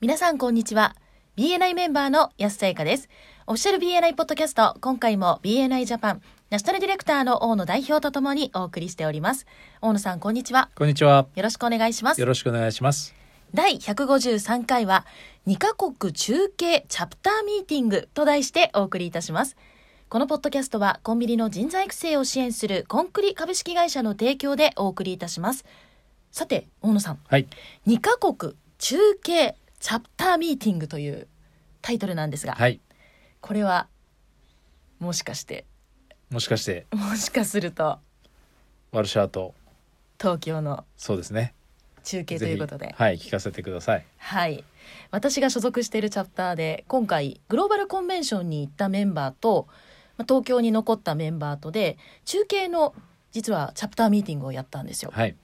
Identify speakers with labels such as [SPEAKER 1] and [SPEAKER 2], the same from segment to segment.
[SPEAKER 1] 皆さんこんにちは。BNI メンバーの安さゆかです。オフィシャル BNI ポッドキャスト、今回も BNI ジャパン、ナショナルディレクターの大野代表とともにお送りしております。大野さんこんにちは。
[SPEAKER 2] こんにちは。
[SPEAKER 1] よろしくお願いします
[SPEAKER 2] よ。ろしくお願いします。
[SPEAKER 1] 第153回は2カ国中継チャプターミーティングと題してお送りいたします。このポッドキャストはコンビニの人材育成を支援するコンクリ株式会社の提供でお送りいたします。さて、大野さん、
[SPEAKER 2] はい。
[SPEAKER 1] 2カ国中継チャプターミーティングというタイトルなんですが、
[SPEAKER 2] はい。
[SPEAKER 1] これはもしかして、
[SPEAKER 2] もしかして、
[SPEAKER 1] もしかすると
[SPEAKER 2] ワルシャワと、
[SPEAKER 1] 東京の
[SPEAKER 2] そうですね。
[SPEAKER 1] 中継と
[SPEAKER 2] ぜ
[SPEAKER 1] い
[SPEAKER 2] ひ
[SPEAKER 1] うことで、
[SPEAKER 2] はい、聞かせてください。
[SPEAKER 1] はい私が所属しているチャプターで今回グローバルコンベンションに行ったメンバーとまあ東京に残ったメンバーとで中継の実はチャプターミーティングをやったんですよ。
[SPEAKER 2] はい。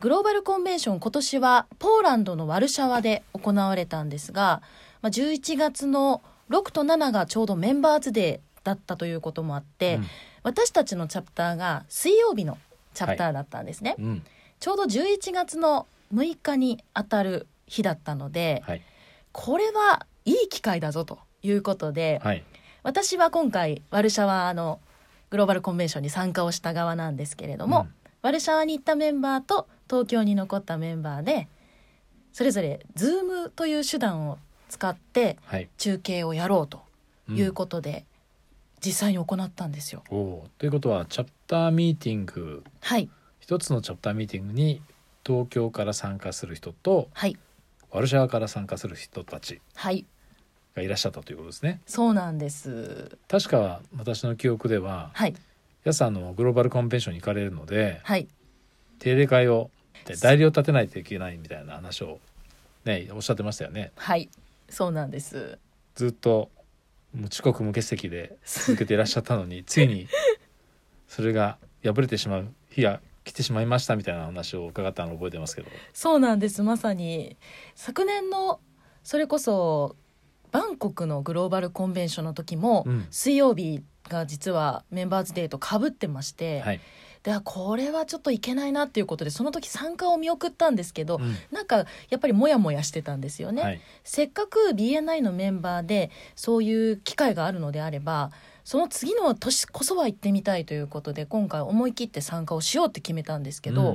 [SPEAKER 1] グローバルコンベンション今年はポーランドのワルシャワで行われたんですが、まあ、11月の6と7がちょうどメンバーズデーだったということもあって、
[SPEAKER 2] うん
[SPEAKER 1] 私たちのチャプターが水曜日のチャプターだったんですね。
[SPEAKER 2] うん。
[SPEAKER 1] ちょうど11月の6日に当たる日だったので、
[SPEAKER 2] はい。
[SPEAKER 1] これはいい機会だぞということで、
[SPEAKER 2] はい。
[SPEAKER 1] 私は今回ワルシャワのグローバルコンベンションに参加をした側なんですけれども、
[SPEAKER 2] うん
[SPEAKER 1] ワルシャワに行ったメンバーと東京に残ったメンバーでそれぞれ Zoom という手段を使って
[SPEAKER 2] はい。
[SPEAKER 1] 中継をやろうと
[SPEAKER 2] うん
[SPEAKER 1] いうことで、実際に行ったんですよ。
[SPEAKER 2] おおー。ということは、チャプターミーティング、
[SPEAKER 1] はい、
[SPEAKER 2] 一つのチャプターミーティングに、東京から参加する人と、
[SPEAKER 1] はい、
[SPEAKER 2] ワルシャワから参加する人たち
[SPEAKER 1] はい、
[SPEAKER 2] がいらっしゃったということですね。
[SPEAKER 1] そうなんです。
[SPEAKER 2] 確か、私の記憶では、
[SPEAKER 1] はい、
[SPEAKER 2] やさんのグローバルコンベンションに行かれるので、
[SPEAKER 1] はい、
[SPEAKER 2] 定例会をで代理を立てないといけないみたいな話をねおっしゃってましたよね
[SPEAKER 1] はい、そうなんです。
[SPEAKER 2] ずっともう遅刻無欠席で続けていらっしゃったの についにそれが破れてしまう日が来てしまいましたみたいな話を伺ったのを覚えてますけど
[SPEAKER 1] そうなんですまさに昨年のそれこそバンコクのグローバルコンベンションの時も、
[SPEAKER 2] うん
[SPEAKER 1] 水曜日が実はメンバーズデーとかぶってまして、
[SPEAKER 2] はい、
[SPEAKER 1] であこれはちょっといけないなっていうことでその時参加を見送ったんですけど、
[SPEAKER 2] うん
[SPEAKER 1] なんかやっぱりモヤモヤしてたんですよね、
[SPEAKER 2] はい
[SPEAKER 1] せっかく BNI のメンバーでそういう機会があるのであればその次の年こそは行ってみたいということで今回思い切って参加をしようって決めたんですけど、
[SPEAKER 2] うん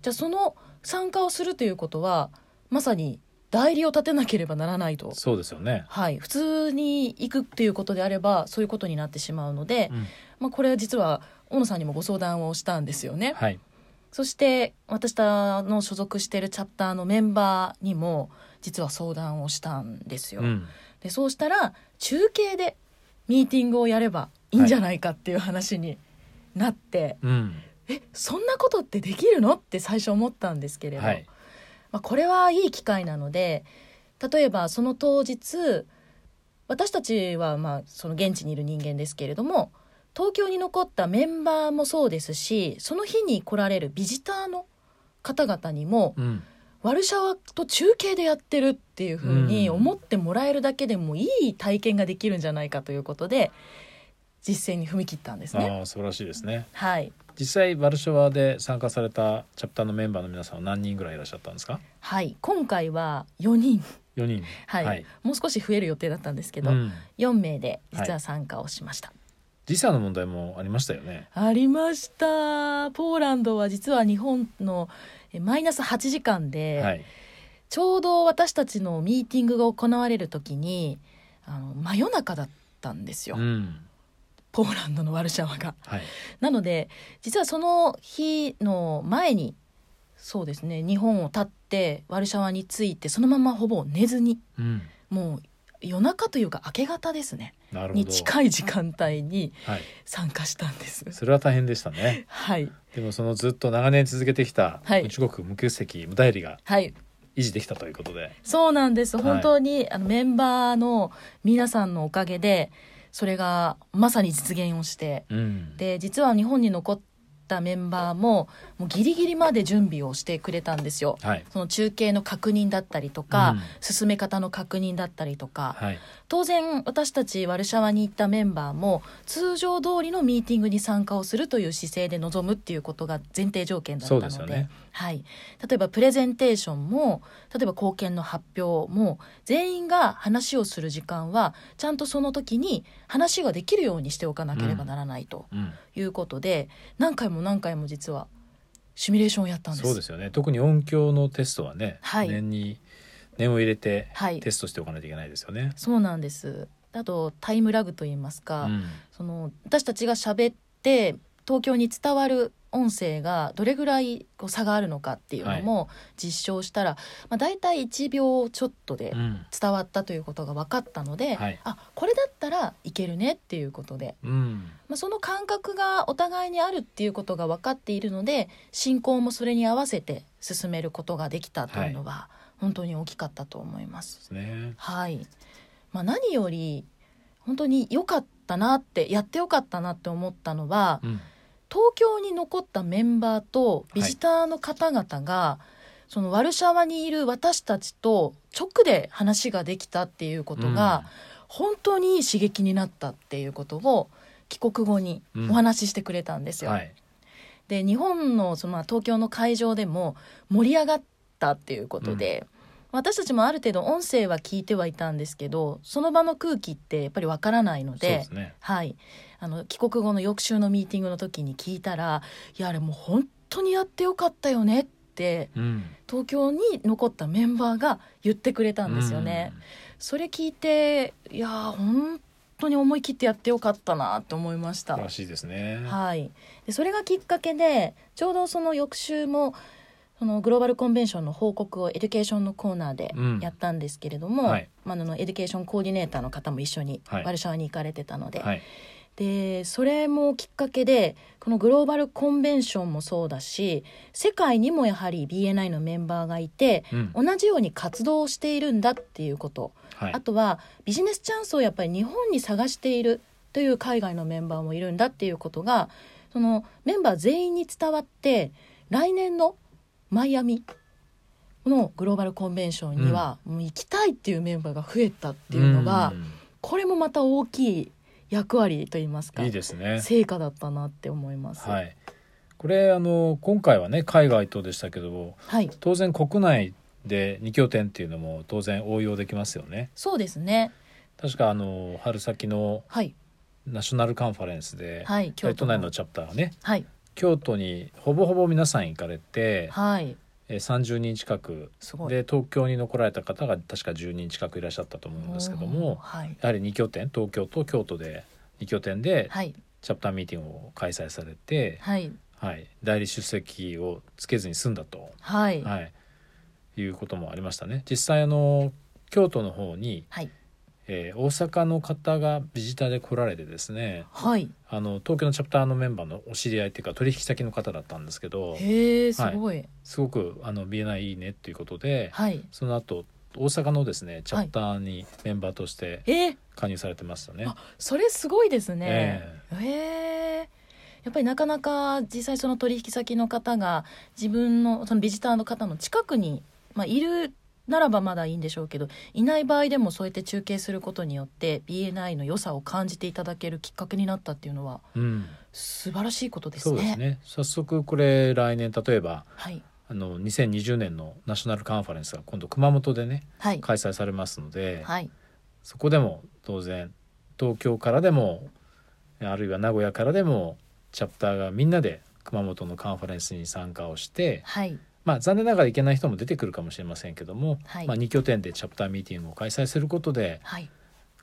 [SPEAKER 1] じゃあその参加をするということはまさに代理を立てなければならないと、
[SPEAKER 2] そうですよね、
[SPEAKER 1] はい、普通に行くっていうことであればそういうことになってしまうので、
[SPEAKER 2] うん
[SPEAKER 1] まあ、これは実は大野さんにもご相談をしたんですよね。
[SPEAKER 2] はい
[SPEAKER 1] そして私たちの所属しているチャプターのメンバーにも実は相談をしたんですよ。
[SPEAKER 2] うん
[SPEAKER 1] でそうしたら中継でミーティングをやればいいんじゃないかっていう話になって、
[SPEAKER 2] うん
[SPEAKER 1] えそんなことってできるのって最初思ったんですけれど、
[SPEAKER 2] はい
[SPEAKER 1] まあ、これはいい機会なので例えばその当日私たちはまあその現地にいる人間ですけれども東京に残ったメンバーもそうですしその日に来られるビジターの方々にも
[SPEAKER 2] うん
[SPEAKER 1] ワルシャワと中継でやってるっていう風に
[SPEAKER 2] うん
[SPEAKER 1] 思ってもらえるだけでもいい体験ができるんじゃないかということで実践に踏み切ったんですね。
[SPEAKER 2] ああ素晴らしいですね
[SPEAKER 1] はい
[SPEAKER 2] 実際ワルシャワで参加されたチャプターのメンバーの皆さんは何人ぐらいいらっしゃったんですか
[SPEAKER 1] はい、今回は4人、
[SPEAKER 2] 4人
[SPEAKER 1] はいもう少し増える予定だったんですけど、
[SPEAKER 2] うん
[SPEAKER 1] 4名で実は参加をしました、
[SPEAKER 2] 時差の問題もありましたよね。
[SPEAKER 1] ありましたポーランドは実は日本のえマイナス8時間で、
[SPEAKER 2] はい。
[SPEAKER 1] ちょうど私たちのミーティングが行われる時にあの真夜中だったんですよ、
[SPEAKER 2] うん。
[SPEAKER 1] ポーランドのワルシャワが。
[SPEAKER 2] はい。
[SPEAKER 1] なので実はその日の前にそうですね日本を立ってワルシャワに着いてそのままほぼ寝ずに
[SPEAKER 2] うん。
[SPEAKER 1] もう夜中というか明け方ですね
[SPEAKER 2] なるほ
[SPEAKER 1] に
[SPEAKER 2] ど。
[SPEAKER 1] 近い時間帯に
[SPEAKER 2] はい。
[SPEAKER 1] 参加したんです。
[SPEAKER 2] それは大変でしたね。
[SPEAKER 1] はい
[SPEAKER 2] でもそのずっと長年続けてきた
[SPEAKER 1] はい
[SPEAKER 2] 中国無給席無代理が
[SPEAKER 1] はい
[SPEAKER 2] 維持できたということで。
[SPEAKER 1] そうなんです
[SPEAKER 2] はい
[SPEAKER 1] 本当に、あのメンバーの皆さんのおかげでそれがまさに実現をして
[SPEAKER 2] うん。
[SPEAKER 1] で実は日本に残っったメンバーももうギリギリまで準備をしてくれたんですよ。
[SPEAKER 2] はい
[SPEAKER 1] その中継の確認だったりとか、
[SPEAKER 2] うん
[SPEAKER 1] 進め方の確認だったりとか、
[SPEAKER 2] はい
[SPEAKER 1] 当然私たちワルシャワに行ったメンバーも通常通りのミーティングに参加をするという姿勢で臨むっていうことが前提条件だったので
[SPEAKER 2] そうですよね
[SPEAKER 1] はい、例えばプレゼンテーションも例えば貢献の発表も全員が話をする時間はちゃんとその時に話ができるようにしておかなければならないと
[SPEAKER 2] うん、
[SPEAKER 1] いうことで、何回も何回も実はシミュレーションをやったんです。
[SPEAKER 2] そうですよね特に音響のテストはね、
[SPEAKER 1] はい
[SPEAKER 2] 念に念を入れて
[SPEAKER 1] はい
[SPEAKER 2] テストしておかないといけないですよね。
[SPEAKER 1] そうなんですあとタイムラグといいますか、
[SPEAKER 2] うん
[SPEAKER 1] その私たちが喋って東京に伝わる音声がどれぐらいこう差があるのかっていうのも実証したら、まあ、大体1秒ちょっとで
[SPEAKER 2] うん
[SPEAKER 1] 伝わったということが分かったので、
[SPEAKER 2] はい
[SPEAKER 1] あこれだったらいけるねっていうことで、
[SPEAKER 2] うん
[SPEAKER 1] まあ、その感覚がお互いにあるっていうことが分かっているので進行もそれに合わせて進めることができたというのは本当に大きかったと思います
[SPEAKER 2] で。すね
[SPEAKER 1] はい、まあ、何より本当に良かったなってやって良かったなって思ったのは
[SPEAKER 2] うん
[SPEAKER 1] 東京に残ったメンバーとビジターの方々が、そのワルシャワにいる私たちと直で話ができたっていうことが、本当にいい刺激になったっていうことを帰国後にお話ししてくれたんです
[SPEAKER 2] うん
[SPEAKER 1] よ。
[SPEAKER 2] はい
[SPEAKER 1] で日本のそのまあ東京の会場でも盛り上がったっていうことで、私たちもある程度音声は聞いてはいたんですけどその場の空気ってやっぱりわからないの
[SPEAKER 2] そう
[SPEAKER 1] で
[SPEAKER 2] ですね
[SPEAKER 1] はい、あの帰国後の翌週のミーティングの時に聞いたら「いやあれもう本当にやってよかったよね」って
[SPEAKER 2] うん
[SPEAKER 1] 東京に残ったメンバーが言ってくれたんですよね。それ聞いていやー本当に思い切ってやってよかったなって思いまし
[SPEAKER 2] う
[SPEAKER 1] た
[SPEAKER 2] ん。らしいですね。
[SPEAKER 1] はい、でそれがきっかけでちょうどその翌週もそのグローバルコンベンションの報告をエデュケーションのコーナーで
[SPEAKER 2] うん
[SPEAKER 1] やったんですけれども、
[SPEAKER 2] はい
[SPEAKER 1] まあ、あのエデュケーションコーディネーターの方も一緒に
[SPEAKER 2] はい
[SPEAKER 1] ワルシャワに行かれてたので,、
[SPEAKER 2] はい
[SPEAKER 1] でそれもきっかけでこのグローバルコンベンションもそうだし世界にもやはり BNI のメンバーがいて
[SPEAKER 2] うん
[SPEAKER 1] 同じように活動をしているんだっていうこと
[SPEAKER 2] はい
[SPEAKER 1] あとはビジネスチャンスをやっぱり日本に探しているという海外のメンバーもいるんだっていうことがそのメンバー全員に伝わって来年のマイアミのグローバルコンベンションにはもう行きたいっていうメンバーが増えたっていうのが、
[SPEAKER 2] う
[SPEAKER 1] これもまた大きい役割といいますか
[SPEAKER 2] んいいですね。
[SPEAKER 1] 成果だったなって思います。、
[SPEAKER 2] はいい。これあの今回はね海外とでしたけど
[SPEAKER 1] はい、
[SPEAKER 2] 当然国内で二拠点っていうのも当然応用できますよね。
[SPEAKER 1] そうですね。
[SPEAKER 2] 確かあの春先の
[SPEAKER 1] はい、
[SPEAKER 2] ナショナルカンファレンスで、
[SPEAKER 1] はい、
[SPEAKER 2] 京都内
[SPEAKER 1] 京
[SPEAKER 2] のチャプターがね
[SPEAKER 1] 都はい、
[SPEAKER 2] 京都にほぼほぼ皆さん行かれて、
[SPEAKER 1] はい、
[SPEAKER 2] えー30人近く
[SPEAKER 1] すごい。
[SPEAKER 2] で東京に残られた方が確か10人近くいらっしゃったと思うんですけど
[SPEAKER 1] おー
[SPEAKER 2] も
[SPEAKER 1] はい、
[SPEAKER 2] やはり2拠点東京と京都で2拠点で
[SPEAKER 1] はい、
[SPEAKER 2] チャプターミーティングを開催されて、
[SPEAKER 1] はい、
[SPEAKER 2] はい、代理出席をつけずに済んだと、
[SPEAKER 1] はい、
[SPEAKER 2] はい、いうこともありましたね。実際あの京都の方に、
[SPEAKER 1] はい、
[SPEAKER 2] えー大阪の方がビジターで来られてですね
[SPEAKER 1] はい。
[SPEAKER 2] あの東京のチャプターのメンバーのお知り合いっていうか取引先の方だったんですけど
[SPEAKER 1] へえすごい。
[SPEAKER 2] すごくあの BNI いいねっていうことで、
[SPEAKER 1] はい。
[SPEAKER 2] その後大阪のですねチャプターにメンバーとして
[SPEAKER 1] えー
[SPEAKER 2] 加入されてましたね。
[SPEAKER 1] あそれすごいですね。
[SPEAKER 2] え
[SPEAKER 1] へえやっぱりなかなか実際その取引先の方が自分のそのビジターの方の近くに、まあ、いるならばまだいいんでしょうけどいない場合でもそうやって中継することによって BNI の良さを感じていただけるきっかけになったっていうのは
[SPEAKER 2] うん、
[SPEAKER 1] 素晴らしいことです
[SPEAKER 2] そう
[SPEAKER 1] ね。
[SPEAKER 2] ですね早速これ来年例えば
[SPEAKER 1] はい、
[SPEAKER 2] あの2020年のナショナルカンファレンスが今度熊本でね
[SPEAKER 1] はい、
[SPEAKER 2] 開催されますので、
[SPEAKER 1] はい、
[SPEAKER 2] そこでも当然東京からでもあるいは名古屋からでもチャプターがみんなで熊本のカンファレンスに参加をして、
[SPEAKER 1] はい、
[SPEAKER 2] まあ、残念ながら行けない人も出てくるかもしれませんけども、
[SPEAKER 1] はい
[SPEAKER 2] まあ、2拠点でチャプターミーティングを開催することで
[SPEAKER 1] はい。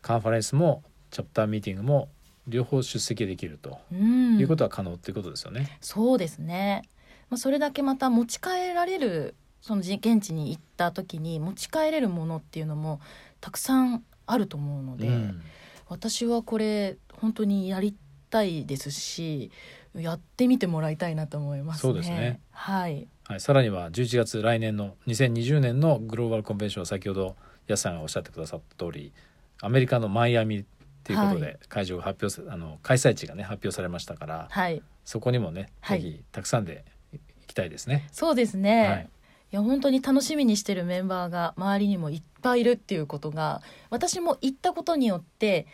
[SPEAKER 2] カンファレンスもチャプターミーティングも両方出席できると
[SPEAKER 1] うん
[SPEAKER 2] いうことは可能ということですよね。
[SPEAKER 1] そうですね、まあ、それだけまた持ち帰られるそのじ現地に行った時に持ち帰れるものっていうのもたくさんあると思うので、
[SPEAKER 2] うん
[SPEAKER 1] 私はこれ本当にやりたいですしやってみてもらいたいなと思いますね。
[SPEAKER 2] そうですね
[SPEAKER 1] はい、
[SPEAKER 2] はい、さらには11月来年の2020年のグローバルコンベンションは先ほど安さんがおっしゃってくださった通りアメリカのマイアミということで、
[SPEAKER 1] は
[SPEAKER 2] 会場が発表さあの開催地がね発表されましたから
[SPEAKER 1] はい
[SPEAKER 2] そこにもね、
[SPEAKER 1] はい
[SPEAKER 2] ぜひたくさんで行きたいですね。
[SPEAKER 1] そうですね、
[SPEAKER 2] はいい、
[SPEAKER 1] や本当に楽しみにしてるメンバーが周りにもいっぱいいるっていうことが私も行ったことによって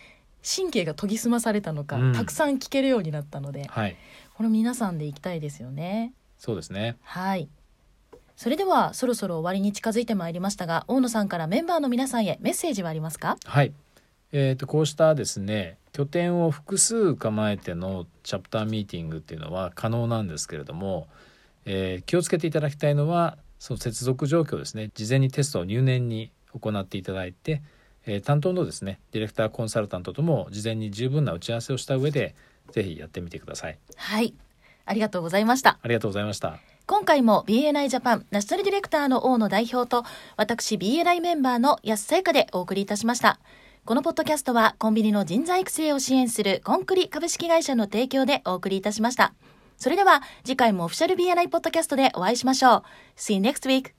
[SPEAKER 1] 神経が研ぎ澄まされたのか、
[SPEAKER 2] うん
[SPEAKER 1] たくさん聞けるようになったので
[SPEAKER 2] はい、
[SPEAKER 1] これ皆さんで行きたいですよね
[SPEAKER 2] そうですね。
[SPEAKER 1] はいそれではそろそろ終わりに近づいてまいりましたが大野さんからメンバーの皆さんへメッセージはありますか
[SPEAKER 2] はい。えっ、とこうしたですね拠点を複数構えてのチャプターミーティングっていうのは可能なんですけれども、えー気をつけていただきたいのはその接続状況ですね事前にテストを入念に行っていただいて、えー担当のですねディレクターコンサルタントとも事前に十分な打ち合わせをした上でぜひやってみてください。
[SPEAKER 1] はいありがとうございました
[SPEAKER 2] ありがとうございました。
[SPEAKER 1] 今回も BNI ジャパンナショナルディレクターの大野代表と私 BNI メンバーの安さゆかでお送りいたしましたこのポッドキャストはコンビニの人材育成を支援するコンクリ株式会社の提供でお送りいたしましたそれでは次回もオフィシャル BNI ポッドキャストでお会いしましょう See you next week